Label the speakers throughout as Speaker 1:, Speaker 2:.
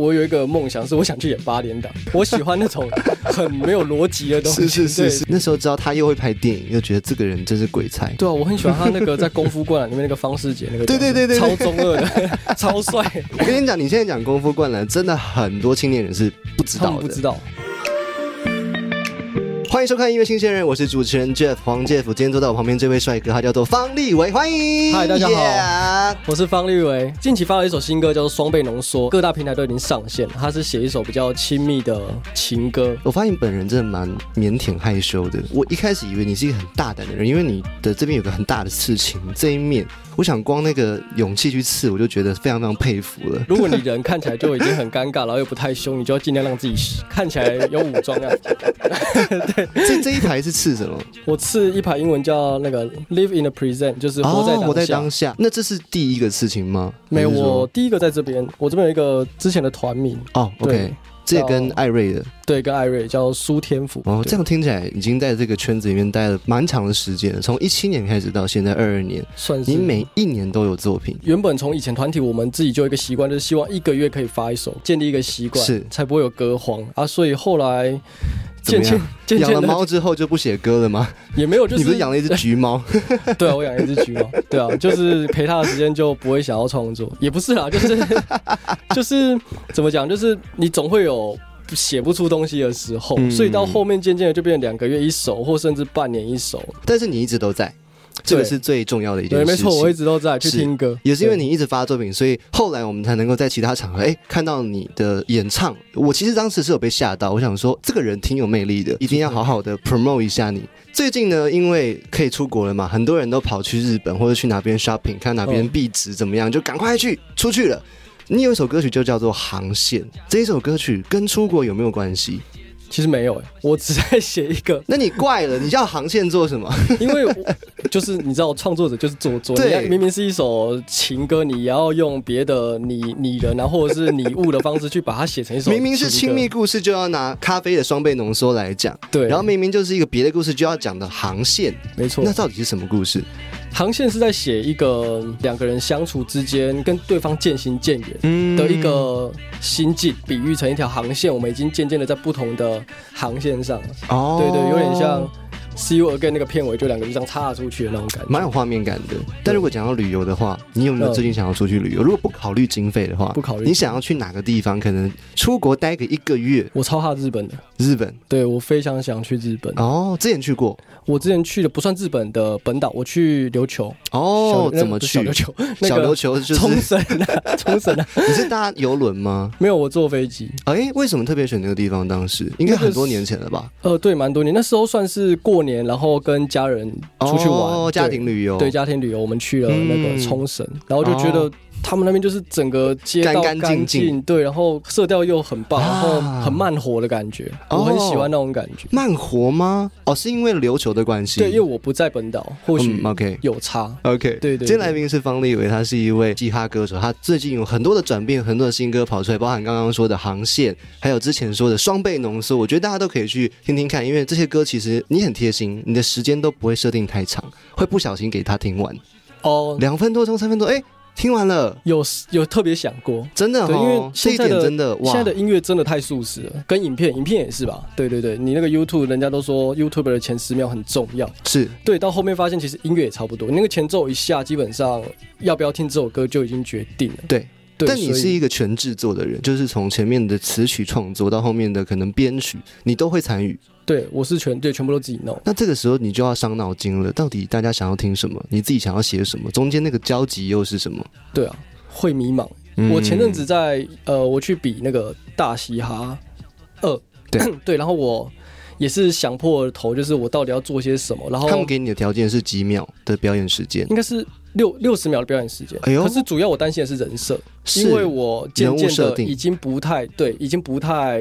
Speaker 1: 我有一个梦想，是我想去演八连档。我喜欢那种很没有逻辑的东西。
Speaker 2: 是是是是
Speaker 1: 对，
Speaker 2: 那时候知道他又会拍电影，又觉得这个人真是鬼才。
Speaker 1: 对啊，我很喜欢他那个在《功夫灌篮》里面那个方世杰那个角
Speaker 2: 对
Speaker 1: 色，
Speaker 2: 对对对对
Speaker 1: 超中二的， 超帅，
Speaker 2: 我跟你讲，你现在讲功夫灌篮，真的很多青年人是不 知
Speaker 1: 他
Speaker 2: 道
Speaker 1: 们
Speaker 2: 的。
Speaker 1: 不知道。
Speaker 2: 欢迎收看音乐新鲜人，我是主持人 Jeff 黄 Jeff。今天坐在我旁边这位帅哥，他叫做方立伟，欢迎。
Speaker 1: 嗨大家好
Speaker 2: Yeah
Speaker 1: 我是方立维，近期发了一首新歌叫做《双倍浓缩》，各大平台都已经上线了。他是写一首比较亲密的情歌，
Speaker 2: 我发现你本人真的蛮腼腆害羞的。我一开始以为你是一个很大胆的人，因为你的这边有个很大的事情，这一面，我想光那个勇气去刺，我就觉得非常非常佩服了。
Speaker 1: 如果你人看起来就已经很尴尬，然后又不太凶，你就要尽量让自己看起来有武装啊样子。
Speaker 2: 这 这一排是刺什么？
Speaker 1: 我刺一排英文叫那个 “live in the present”，就是活在当
Speaker 2: 哦
Speaker 1: 下。
Speaker 2: 活在当下。那这是第一个事情吗？
Speaker 1: 没有，
Speaker 2: 还是说
Speaker 1: 我第一个在这边，我这边有一个之前的团名，
Speaker 2: 哦，OK，
Speaker 1: 对
Speaker 2: 这也跟艾瑞的
Speaker 1: 对，跟艾瑞叫苏天福。
Speaker 2: 哦，
Speaker 1: 对
Speaker 2: 这样听起来已经在这个圈子里面待了蛮长的时间了，从一七年开始到现在二二年，
Speaker 1: 算是
Speaker 2: 你每一年都有作品。
Speaker 1: 原本从以前团体，我们自己就有一个习惯，就是希望一个月可以发一首，建立一个习惯，
Speaker 2: 是
Speaker 1: 才不会有隔荒啊。所以后来
Speaker 2: 怎
Speaker 1: 渐
Speaker 2: 么
Speaker 1: 渐
Speaker 2: 样
Speaker 1: 渐
Speaker 2: 养
Speaker 1: 渐
Speaker 2: 了
Speaker 1: 的
Speaker 2: 猫之后就不写歌了吗？
Speaker 1: 也没有，就是
Speaker 2: 你不是养了一只橘猫？
Speaker 1: 对啊，我养了一只橘猫，对啊，就是陪它的时间就不会想要创作，也不是啦，就是 就是怎么讲，就是你总会有。写不出东西的时候，
Speaker 2: 嗯
Speaker 1: 所以到后面渐渐的就变成两个月一首，或甚至半年一首。
Speaker 2: 但是你一直都在，这个是最重要的一件
Speaker 1: 对，
Speaker 2: 事情。
Speaker 1: 没错，我一直都在去
Speaker 2: 是
Speaker 1: 听歌，
Speaker 2: 也是因为
Speaker 1: 对
Speaker 2: 你一直发作品，所以后来我们才能够在其他场合哎看到你的演唱。我其实当时是有被吓到，我想说这个人挺有魅力的，一定要好好的 promote 一下你。最近呢，因为可以出国了嘛，很多人都跑去日本或者去哪边 shopping，看哪边
Speaker 1: 哦
Speaker 2: 币值怎么样，就赶快去出去了。你有一首歌曲就叫做《航线》，这一首歌曲跟出国有没有关系？
Speaker 1: 其实没有、欸，我只在写一个
Speaker 2: 那你怪了，你叫《航线》做 什么？
Speaker 1: 因为我就是你知道，创作者就是做作，
Speaker 2: 对
Speaker 1: 你要明明是一首情歌，你也要用别的拟拟人啊，或者是拟物的方式去把它写成一首情歌。
Speaker 2: 明明是亲密故事，就要拿咖啡的双倍浓缩来讲，
Speaker 1: 对，
Speaker 2: 然后明明就是一个别的故事，就要讲的航线，
Speaker 1: 没错
Speaker 2: 那，到底是什么故事？
Speaker 1: 航线是在写一个两个人相处之间跟对方渐行渐远。
Speaker 2: 嗯
Speaker 1: 的一个心境，比喻成一条航线，我们已经渐渐的在不同的航线上了。
Speaker 2: 哦
Speaker 1: 对对，有点像《See You Again》那个片尾，就两个人这样岔出去的那种感觉。
Speaker 2: 蛮有画面感的。但如果讲到旅游的话，你有没有
Speaker 1: 嗯
Speaker 2: 最近想要出去旅游？如果不考虑经费的话，
Speaker 1: 不考虑
Speaker 2: 你想要去哪个地方？可能出国待个一个月，
Speaker 1: 我超怕日本的，
Speaker 2: 日本
Speaker 1: 对我非常想去日本。
Speaker 2: 哦，之前去过
Speaker 1: 我之前去的不算日本的本岛，我去琉球。
Speaker 2: 哦，
Speaker 1: 小
Speaker 2: 怎么
Speaker 1: 不是小
Speaker 2: 去
Speaker 1: 琉？ 球， 那
Speaker 2: 小
Speaker 1: 个
Speaker 2: 琉球就是
Speaker 1: 冲绳啊，冲绳啊，
Speaker 2: 你是搭游轮吗？
Speaker 1: 没有，我坐飞机。
Speaker 2: 哎，为什么特别选这个地方？当时应该
Speaker 1: 那个
Speaker 2: 很多
Speaker 1: 是
Speaker 2: 年前了吧？
Speaker 1: 呃，对，蛮多年，那时候算是过年，然后跟家人出去玩，
Speaker 2: 哦，家
Speaker 1: 对
Speaker 2: 庭旅游，
Speaker 1: 对家庭旅游，我们去了那个
Speaker 2: 嗯
Speaker 1: 冲绳，然后就觉得
Speaker 2: 哦
Speaker 1: 他们那边就是整个街道
Speaker 2: 干干净净
Speaker 1: 净，对，然后色调又很棒，然后
Speaker 2: 啊
Speaker 1: 很慢活的感觉，
Speaker 2: 哦
Speaker 1: 我很喜欢那种感觉。
Speaker 2: 慢活吗？哦，是因为琉球的关系。
Speaker 1: 对，因为我不在本岛，或许
Speaker 2: 嗯，OK
Speaker 1: 有差。
Speaker 2: OK，
Speaker 1: 对对对
Speaker 2: 今天来宾是方立伟，他是一位嘻哈歌手，他最近有很多的转变，很多的新歌跑出来，包含刚刚说的《航线》，还有之前说的《双倍浓缩》，我觉得大家都可以去听听看，因为这些歌其实你很贴心，你的时间都不会设定太长， 会不小心给他听完，
Speaker 1: 哦，
Speaker 2: 两分多钟、三分钟，哎，听完了，
Speaker 1: 有有特别想过，
Speaker 2: 真的
Speaker 1: 对，因为
Speaker 2: 哦，这一
Speaker 1: 现在
Speaker 2: 点
Speaker 1: 的
Speaker 2: 真的哇，
Speaker 1: 现在的音乐真的太速食了，跟影片，影片也是吧？对对对，你那个 YouTube，人家都说 YouTube 的前十秒很重要，
Speaker 2: 是
Speaker 1: 对，到后面发现其实音乐也差不多，你那个前奏一下，基本上要不要听这首歌就已经决定了。
Speaker 2: 对。
Speaker 1: 对，
Speaker 2: 但你
Speaker 1: 所以
Speaker 2: 是一个全制作的人，就是从前面的词曲创作到后面的可能编曲，你都会参与。
Speaker 1: 对，我是全对，全部都自己弄。
Speaker 2: 那这个时候你就要伤脑筋了，到底大家想要听什么，你自己想要写什么，中间那个交集又是什么？
Speaker 1: 对啊，会迷茫。
Speaker 2: 嗯
Speaker 1: 我前阵子在呃，我去比那个大嘻哈二，
Speaker 2: 对
Speaker 1: 然后我也是想破头，就是我到底要做些什么，然后
Speaker 2: 他们给你的条件是几秒的表演时间，
Speaker 1: 应该是六六十秒的表演时间。
Speaker 2: 哎呦
Speaker 1: 可是主要我担心的是人设，
Speaker 2: 是
Speaker 1: 因为我渐
Speaker 2: 人物
Speaker 1: 渐
Speaker 2: 设
Speaker 1: 的
Speaker 2: 定
Speaker 1: 已经不太对，已经不太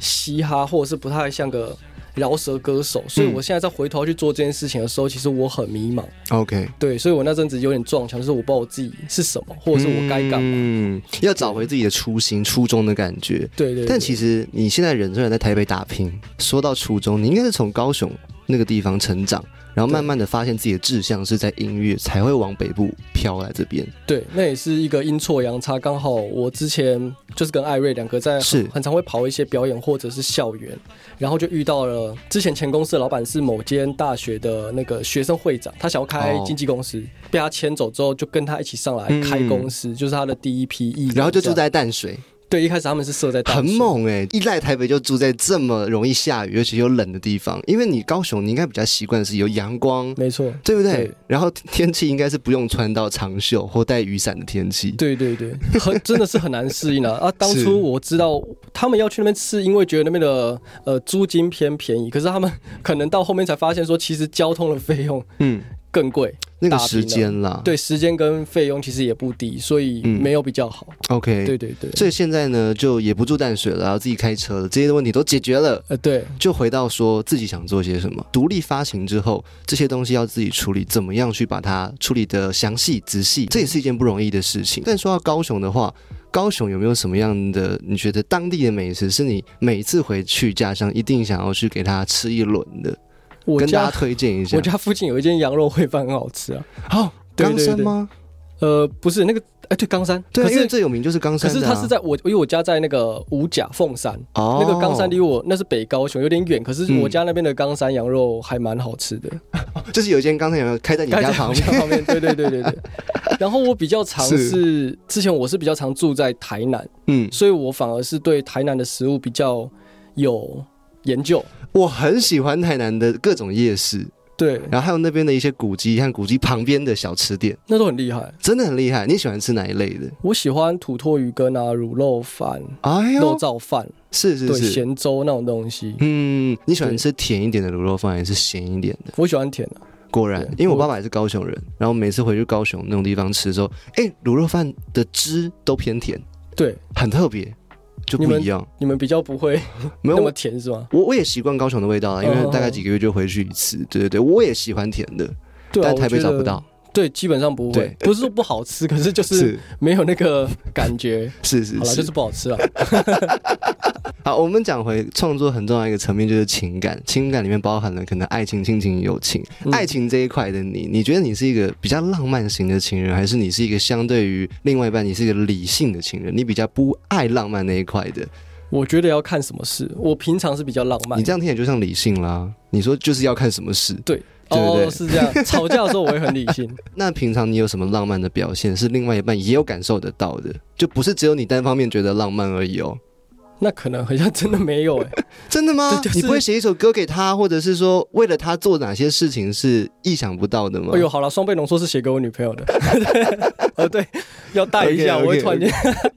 Speaker 1: 嘻哈，或者是不太像个饶舌歌手，所以
Speaker 2: 嗯
Speaker 1: 我现在再回头去做这件事情的时候，其实我很迷茫。
Speaker 2: OK，
Speaker 1: 对，所以我那阵子有点撞墙，就是我不知道我自己是什么，或
Speaker 2: 不
Speaker 1: 者是我该干嘛。
Speaker 2: 嗯，要找回自己的初心、初衷的感觉。
Speaker 1: 对对对，
Speaker 2: 但其实你现在人虽然在台北打拼，说到初衷，你应该是从高雄那个地方成长，然后慢慢的发现自己的志向是在音乐，才会往北部飘来这边。
Speaker 1: 对，那也是一个阴错阳差，刚好我之前就是跟艾瑞两个在
Speaker 2: 是
Speaker 1: 很常会跑一些表演或者是校园，然后就遇到了之前前公司的老板是某间大学的那个学生会长，他想要开
Speaker 2: 哦嗯
Speaker 1: 经纪公司，被他牵走之后就跟他一起上来开公司，就是他的第一批艺人，
Speaker 2: 然后就住
Speaker 1: 这样
Speaker 2: 在淡水，
Speaker 1: 对，一开始他们是设在大
Speaker 2: 很
Speaker 1: 学，
Speaker 2: 猛哎、一来台北就住在这么容易下雨，尤其又冷的地方。因为你高雄，你应该比较习惯的是有阳光，
Speaker 1: 没错，
Speaker 2: 对不对？
Speaker 1: 对
Speaker 2: 然后天气应该是不用穿到长袖或带雨伞的天气。
Speaker 1: 对对对，很真的是很难适应啊！ 啊，当
Speaker 2: 是
Speaker 1: 初我知道他们要去那边吃，因为觉得那边的呃租金偏便宜，可是他们可能到后面才发现说，其实交通的费用
Speaker 2: 嗯，
Speaker 1: 更贵，
Speaker 2: 那个
Speaker 1: 打平
Speaker 2: 时
Speaker 1: 了
Speaker 2: 间啦，
Speaker 1: 对时间跟费用其实也不低，所以
Speaker 2: 嗯
Speaker 1: 没有比较好。
Speaker 2: ，OK，
Speaker 1: 对对对，
Speaker 2: 所以现在呢，就也不住淡水了，然后自己开车了，这些问题都解决了。
Speaker 1: 呃对
Speaker 2: 就回到说自己想做些什么，独立发行之后，这些东西要自己处理，怎么样去把它处理的详细仔细，这也是一件不容易的事情。但说到高雄的话，高雄有没有什么样的你觉得当地的美食是你每次回去家乡一定想要去给它吃一轮的？
Speaker 1: 我
Speaker 2: 跟大家
Speaker 1: 家
Speaker 2: 推荐一下
Speaker 1: 我。家附近有一间羊肉烩饭很好吃啊，
Speaker 2: 哦，
Speaker 1: 对
Speaker 2: 冈
Speaker 1: 对
Speaker 2: 山
Speaker 1: 对
Speaker 2: 吗？
Speaker 1: 呃不是那个哎对冈山，
Speaker 2: 对啊，
Speaker 1: 可
Speaker 2: 因为
Speaker 1: 是。
Speaker 2: 最有名就是冈
Speaker 1: 可
Speaker 2: 山
Speaker 1: 是
Speaker 2: 的啊、
Speaker 1: 它是在我，因为我家在那个五甲凤山，
Speaker 2: 哦
Speaker 1: 那个冈山离我那是北高雄，有点远。可是
Speaker 2: 嗯
Speaker 1: 我家那边的冈山羊肉还蛮好吃的。
Speaker 2: 就是有一间冈山有没有开在你
Speaker 1: 刚
Speaker 2: 家
Speaker 1: 才
Speaker 2: 旁
Speaker 1: 我家
Speaker 2: 边？
Speaker 1: 旁边，对对对对 对。然后我比较常
Speaker 2: 是
Speaker 1: 是之前我是比较常住在台南，
Speaker 2: 嗯，
Speaker 1: 所以我反而是对台南的食物比较有研究。
Speaker 2: 我很喜欢台南的各种夜市，
Speaker 1: 对，
Speaker 2: 然后还有那边的一些古迹和古迹旁边的小吃店，
Speaker 1: 那都很厉害。
Speaker 2: 真的很厉害。你喜欢吃哪一类的？
Speaker 1: 我喜欢土托鱼羹啊、卤肉饭、
Speaker 2: 哎
Speaker 1: 肉
Speaker 2: 呦，
Speaker 1: 燥饭，
Speaker 2: 是是
Speaker 1: 对，
Speaker 2: 是，
Speaker 1: 咸粥那种东西，
Speaker 2: 嗯，你喜欢吃甜一点的卤肉饭还是咸一点的？
Speaker 1: 我喜欢甜的。
Speaker 2: 果然
Speaker 1: 对，
Speaker 2: 因为我爸爸也是高雄人，然后每次回去高雄那种地方吃的时候，哎，卤肉饭的汁都偏甜，
Speaker 1: 对，
Speaker 2: 很特别，就
Speaker 1: 你
Speaker 2: 不
Speaker 1: 们
Speaker 2: 一样。
Speaker 1: 你们比较不会
Speaker 2: 没
Speaker 1: 那么
Speaker 2: 有，
Speaker 1: 甜是吗？
Speaker 2: 我我也习惯高雄的味道啊了，因为
Speaker 1: 哦
Speaker 2: 大概几个月就回去一次。对对对，我也喜欢甜的，
Speaker 1: 对啊，
Speaker 2: 但台北
Speaker 1: 我觉
Speaker 2: 找
Speaker 1: 得
Speaker 2: 不。到。
Speaker 1: 对，基本上不会
Speaker 2: 对，
Speaker 1: 不是说不好吃，可是就是没有那个感觉。
Speaker 2: 是是
Speaker 1: 好了，就是不好吃了。
Speaker 2: 好，我们讲回创作很重要一个层面就是情感，情感里面包含了可能爱情、亲情、友情。
Speaker 1: 嗯
Speaker 2: 爱情这一块的你，你觉得你是一个比较浪漫型的情人，还是你是一个相对于另外一半你是一个理性的情人？你比较不爱浪漫那一块的，
Speaker 1: 我觉得要看什么事。我平常是比较浪漫
Speaker 2: 你，这样听起来就像理性啦。你说就是要看什么事？
Speaker 1: 对，
Speaker 2: 对不对
Speaker 1: 哦，是这样。吵架的时候我会很理性，
Speaker 2: 那平常你有什么浪漫的表现是另外一半也有感受得到的，就不是只有你单方面觉得浪漫而已哦。
Speaker 1: 那可能好像真的没有哎、
Speaker 2: 真的吗？
Speaker 1: 这就是
Speaker 2: 你不会写一首歌给他，或者是说为了他做哪些事情是意想不到的吗？
Speaker 1: 哎呦，好了，双倍浓缩是写给我女朋友的。 哦，对，要带一下
Speaker 2: OK，OK，
Speaker 1: 我会突然间。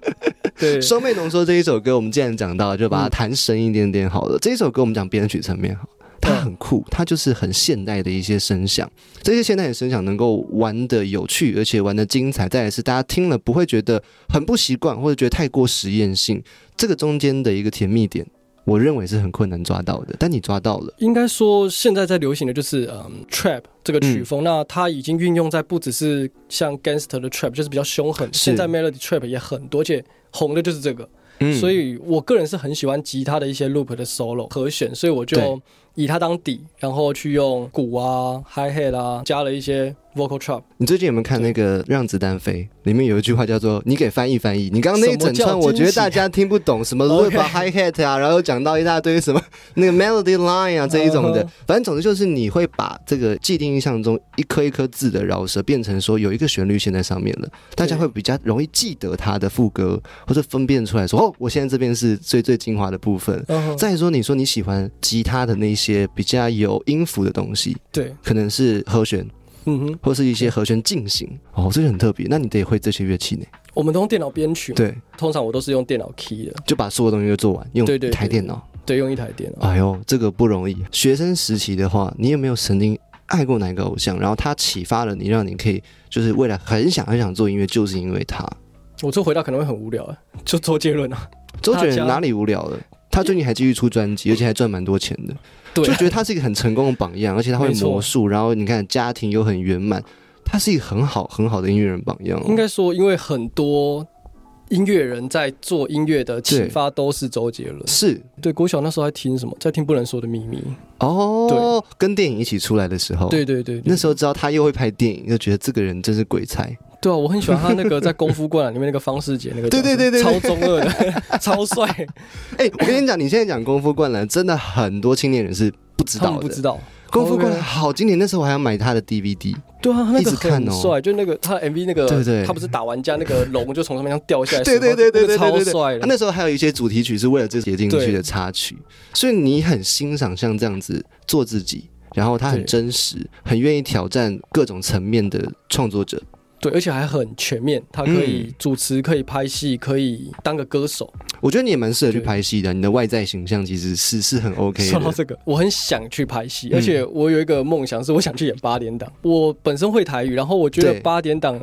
Speaker 1: 对，
Speaker 2: 双倍浓缩这一首歌，我们既然讲到，就把它弹深一点点好了。这一首歌我们讲编曲层面好，它很酷，它就是很现代的一些声响。这些现代的声响能够玩的有趣，而且玩的精彩，再来是大家听了不会觉得很不习惯，或者觉得太过实验性。这个中间的一个甜蜜点，我认为是很困难抓到的，但你抓到了。
Speaker 1: 应该说现在在流行的就是嗯 trap 这个曲
Speaker 2: 嗯
Speaker 1: 风，那它已经运用在不只是像 gangster 的 trap，就是比较凶狠。
Speaker 2: 是
Speaker 1: 现在 melody trap 也很多，而且红的就是这个。
Speaker 2: 嗯
Speaker 1: 所以我个人是很喜欢吉他的一些 loop 的 solo 和弦，所以我
Speaker 2: 对
Speaker 1: 就以它当底，然后去用鼓啊、hi hat 啦、加了一些 vocal trap。
Speaker 2: 你最近有没有看那个《让子弹飞》？里面有一句话叫做“你给翻译翻译”。你刚刚那一整
Speaker 1: 什么
Speaker 2: 串，
Speaker 1: 叫
Speaker 2: 我觉得
Speaker 1: 惊喜
Speaker 2: 大家听不懂什么
Speaker 1: OK
Speaker 2: loop 啊、hi hat 啊，然后又讲到一大堆什么那个 melody line 啊这一种的
Speaker 1: 嗯哼。
Speaker 2: 反正总之就是你会把这个既定印象中一颗一颗字的饶舌变成说有一个旋律线在上面了，大家会比较容易记得它的副歌，或者分辨出来说哦，我现在这边是最最精华的部分。
Speaker 1: 嗯哼，
Speaker 2: 再说，你说你喜欢吉他的那些比较有音符的东西，
Speaker 1: 对，
Speaker 2: 可能是和弦，
Speaker 1: 嗯哼，
Speaker 2: 或是一些和弦进行哦，这个很特别。那你得会这些乐器呢？
Speaker 1: 我们都用电脑编曲嘛，
Speaker 2: 对，
Speaker 1: 通常我都是用电脑 key 的，
Speaker 2: 就把所有东西都做完，用
Speaker 1: 对
Speaker 2: 一
Speaker 1: 对
Speaker 2: 台
Speaker 1: 对
Speaker 2: 电脑。
Speaker 1: 对，用一台电脑。
Speaker 2: 哎呦，这个不容易。学生时期的话，你有没有曾经爱过哪个偶像？然后他启发了你，让你可以就是未来很想很想做音乐，就是因为他。
Speaker 1: 我这回答可能会很无聊，哎就周杰伦啊，
Speaker 2: 周杰
Speaker 1: 大
Speaker 2: 伦
Speaker 1: 家
Speaker 2: 哪里无聊了？他最近还继续出专辑，而且还赚蛮多钱的，
Speaker 1: 对
Speaker 2: 就觉得他是一个很成功的榜 样，而且他会
Speaker 1: 没错
Speaker 2: 魔术，然后你看家庭又很圆满，他是一个很好很好的音乐人榜样哦。
Speaker 1: 应该说因为很多。音乐人在做音乐的启
Speaker 2: 对
Speaker 1: 发都是周杰伦。
Speaker 2: 是
Speaker 1: 对，国小那时候还听什么？在听《不能说的秘密》。
Speaker 2: 哦，跟电影一起出来的时候，，
Speaker 1: 对对对对
Speaker 2: 那时候知道他又会拍电影，就觉得这个人真是鬼才。
Speaker 1: 对啊，我很喜欢他那个在《功夫灌篮》里面那个方世杰那个角
Speaker 2: 对
Speaker 1: 色，
Speaker 2: 对对对对
Speaker 1: 超中二 的，超帅，
Speaker 2: 哎、我跟 你讲，你现在讲《功夫灌篮》，真的很多青年人是不知
Speaker 1: 他
Speaker 2: 道
Speaker 1: 们
Speaker 2: 的。
Speaker 1: 不知道。
Speaker 2: 功夫灌篮
Speaker 1: 哦
Speaker 2: 好经典，那时候我还要买他的 DVD。
Speaker 1: 对啊，那
Speaker 2: 一
Speaker 1: 个
Speaker 2: 直看
Speaker 1: 很
Speaker 2: 哦
Speaker 1: 帅，就那个他的 MV 那个，
Speaker 2: 对对
Speaker 1: 他不是打完架那个龙就从上面上掉下来，
Speaker 2: 对对对对对对
Speaker 1: 那个
Speaker 2: 对
Speaker 1: 超帅的。
Speaker 2: 那时候还有一些主题曲是为了这写进去的插曲，所以你很欣赏像这样子做自己，然后他很
Speaker 1: 对
Speaker 2: 真实，很愿意挑战各种层面的创作者。
Speaker 1: 对，而且还很全面，他可以
Speaker 2: 嗯
Speaker 1: 主持，可以拍戏，可以当个歌手。
Speaker 2: 我觉得你也蛮适合去
Speaker 1: 对
Speaker 2: 拍戏的，你的外在形象其实是是很 OK
Speaker 1: 说到
Speaker 2: 的。
Speaker 1: 这个，我很想去拍戏，
Speaker 2: 嗯
Speaker 1: 而且我有一个梦想是我想去演八点档。我本身会台语，然后我觉得
Speaker 2: 对
Speaker 1: 八点档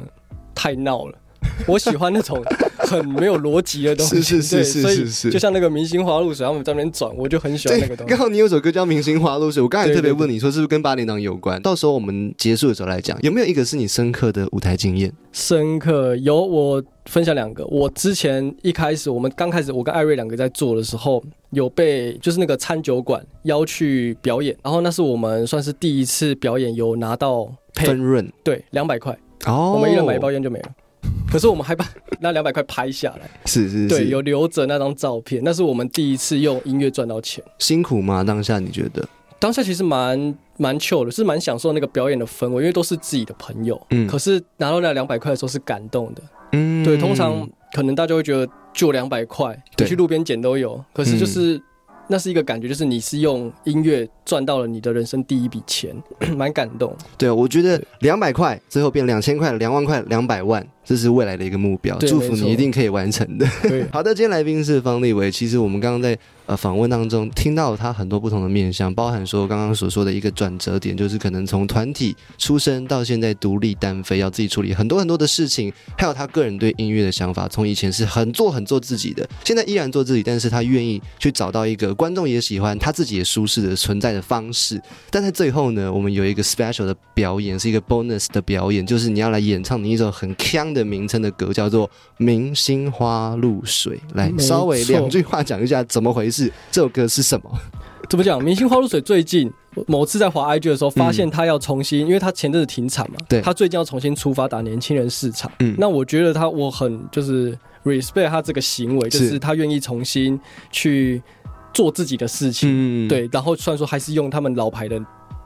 Speaker 1: 太闹了。我喜欢那种很没有逻辑的东西，
Speaker 2: 是是是
Speaker 1: 对
Speaker 2: 是
Speaker 1: 所以
Speaker 2: 是是
Speaker 1: 就像那个明星花露水，他们在那边转，我就很喜欢那个东西
Speaker 2: 刚。好你有首歌叫《明星花露水》，我刚才
Speaker 1: 对
Speaker 2: 特别
Speaker 1: 对对
Speaker 2: 问你说是不是跟八点档有关？到时候我们结束的时候来讲，有没有一个是你深刻的舞台经验？
Speaker 1: 深刻有我分享两个，我之前一开始我们刚开始我跟艾瑞两个在做的时候，有被就是那个餐酒馆邀去表演，然后那是我们算是第一次表演有拿到
Speaker 2: 分
Speaker 1: 配
Speaker 2: 润
Speaker 1: 对两百块，
Speaker 2: 哦，
Speaker 1: 我们一人买一包烟就没了。可是我们还把那两百块拍下来，
Speaker 2: 是是
Speaker 1: 对，有
Speaker 2: 是，
Speaker 1: 留着那张照片，那是我们第一次用音乐赚到钱。
Speaker 2: 辛苦吗？当下你觉得？
Speaker 1: 当下其实蛮蛮 chill 的，是蛮享受那个表演的氛围，因为都是自己的朋友。
Speaker 2: 嗯
Speaker 1: 可是拿到那两百块的时候是感动的，
Speaker 2: 嗯
Speaker 1: 对，通常可能大家会觉得就两百块，
Speaker 2: 对嗯
Speaker 1: 你去路边捡都有。可是就是、那是一个感觉，就是你是用音乐赚到了你的人生第一笔钱， 蛮感动。
Speaker 2: 对，我觉得两百块最后变两千块、两万块、两百万，这是未来的一个目标，
Speaker 1: 对
Speaker 2: 祝福
Speaker 1: 没错
Speaker 2: 你一定可以完成的。
Speaker 1: 对
Speaker 2: 好的，今天来宾是方立维。其实我们刚刚在呃访问当中听到他很多不同的面向，包含说刚刚所说的一个转折点，就是可能从团体出身到现在独立单飞，要自己处理很多很多的事情，还有他个人对音乐的想法。从以前是很做很做自己的，现在依然做自己，但是他愿意去找到一个观众也喜欢、他自己也舒适的存在的方式。但在最后呢，我们有一个 special 的表演，是一个 bonus 的表演，就是你要来演唱你一首很腔的名称的歌，叫做《明星花露水》。来，
Speaker 1: 没错
Speaker 2: 稍微两句话讲一下怎么回事，这首歌是什么？
Speaker 1: 怎么讲？明星花露水最近某次在 滑 IG 的时候，发现他要重新，因为他前阵子停产嘛，
Speaker 2: 嗯对
Speaker 1: 他最近要重新出发打年轻人市场。
Speaker 2: 嗯
Speaker 1: 那我觉得他我很就是 respect 他这个行为，就是是他愿意重新去做自己的事情。
Speaker 2: 嗯，
Speaker 1: 对，然后虽然说还是用他们老牌的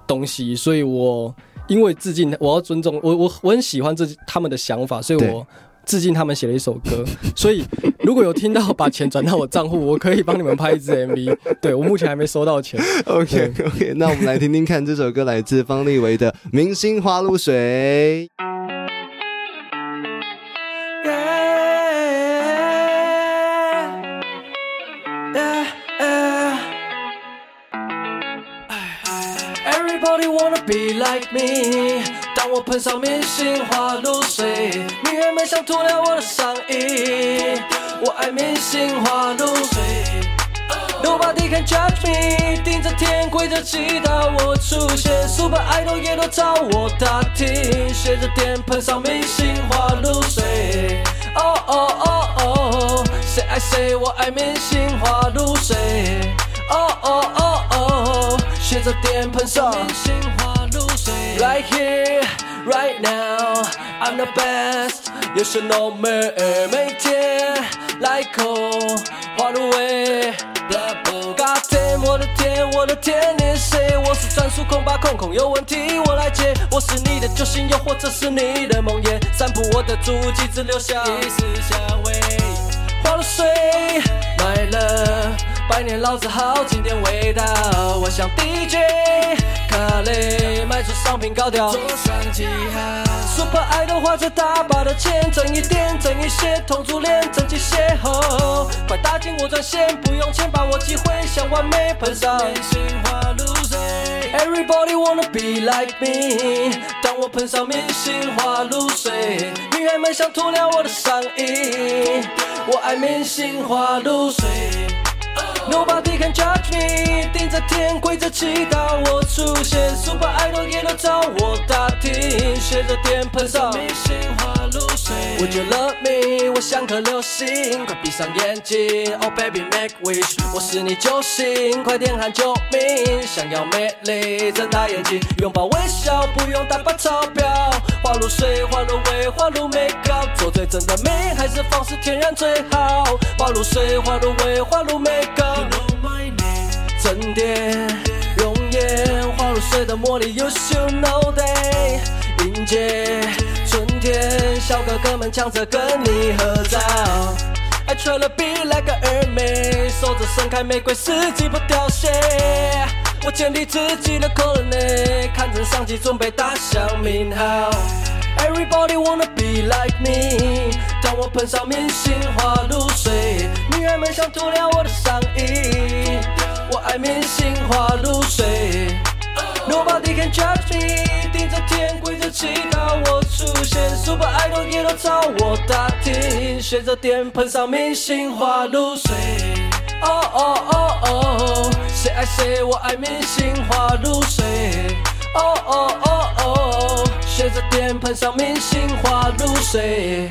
Speaker 1: 东西，所以我因为致敬，我要尊重我我我很喜欢这他们的想法，所以
Speaker 2: 对
Speaker 1: 我致敬他们写了一首歌。所以如果有听到把钱转到我账户，我可以帮你们拍一支 MV。对我目前还没收到钱，
Speaker 2: ，OK OK，那我们来听听看这首歌来自方力维的《明星花露水》。
Speaker 3: Yeah. Yeah, yeah. Everybody wanna be like me。当我喷上明星花露水，女人们想涂掉我的上衣。我爱明星花露水。Nobody can judge me，盯着天，跪着祈祷我出现。Super idol 也都朝我打听，斜着点喷上明星花露水。哦哦哦哦，谁爱谁？我爱明星花露水。哦哦哦哦，斜着点喷上明星花露水。Right here, right now, I'm the best. You should know me. oh, 每天来口花露味。God damn，我的天，我的天，你是谁？我是专属控吧，控控有问题我来接。我是你的救星，又或者是你的梦魇，散布我的足迹，只留下一丝香味。花露水买了，百年老字号经典味道。我像 DJ 卡雷，卖出商品高调。Super Idol 花着大把的钱，整一点，整一些，同族恋，整起邂逅。快搭进我专线，不用钱，把握机会，想完美喷上。Everybody wanna be like me。当我喷上明星花露水，女孩们想涂亮我的上衣。我爱明星花露水。
Speaker 1: Nobody can judge me，盯着天，跪着祈祷我出现。Super Idol 也都找我打听，学着点喷上明星花露水。我觉得你，我像颗流星，快闭上眼睛，Oh baby make wish，我是你救星，快点喊救命！想要美丽，睁大眼睛，拥抱微笑，不用打扮钞票。花露水，花露味，花露美高，做最真的美，还是方式天然最好。花露水，花露味，花露美高。沉淀容颜，花露水的魔力，You should know that。迎接春天，小哥哥们抢着跟你合照。I try to be like a Hermes，守着盛开玫瑰，四季不凋谢。我建立自己的 colony，看着上级准备打响名号。Everybody wanna be like me。当我喷上明星花露水，女人们想涂料我的上衣。我爱明星花露水。Nobody can judge me，盯着天，跪着祈祷我出现。Super idol 也都朝我打听，学着点喷上明星花露水。哦哦哦哦，谁爱谁？我爱明星花露水。哦哦哦哦，学着点喷上明星花露水。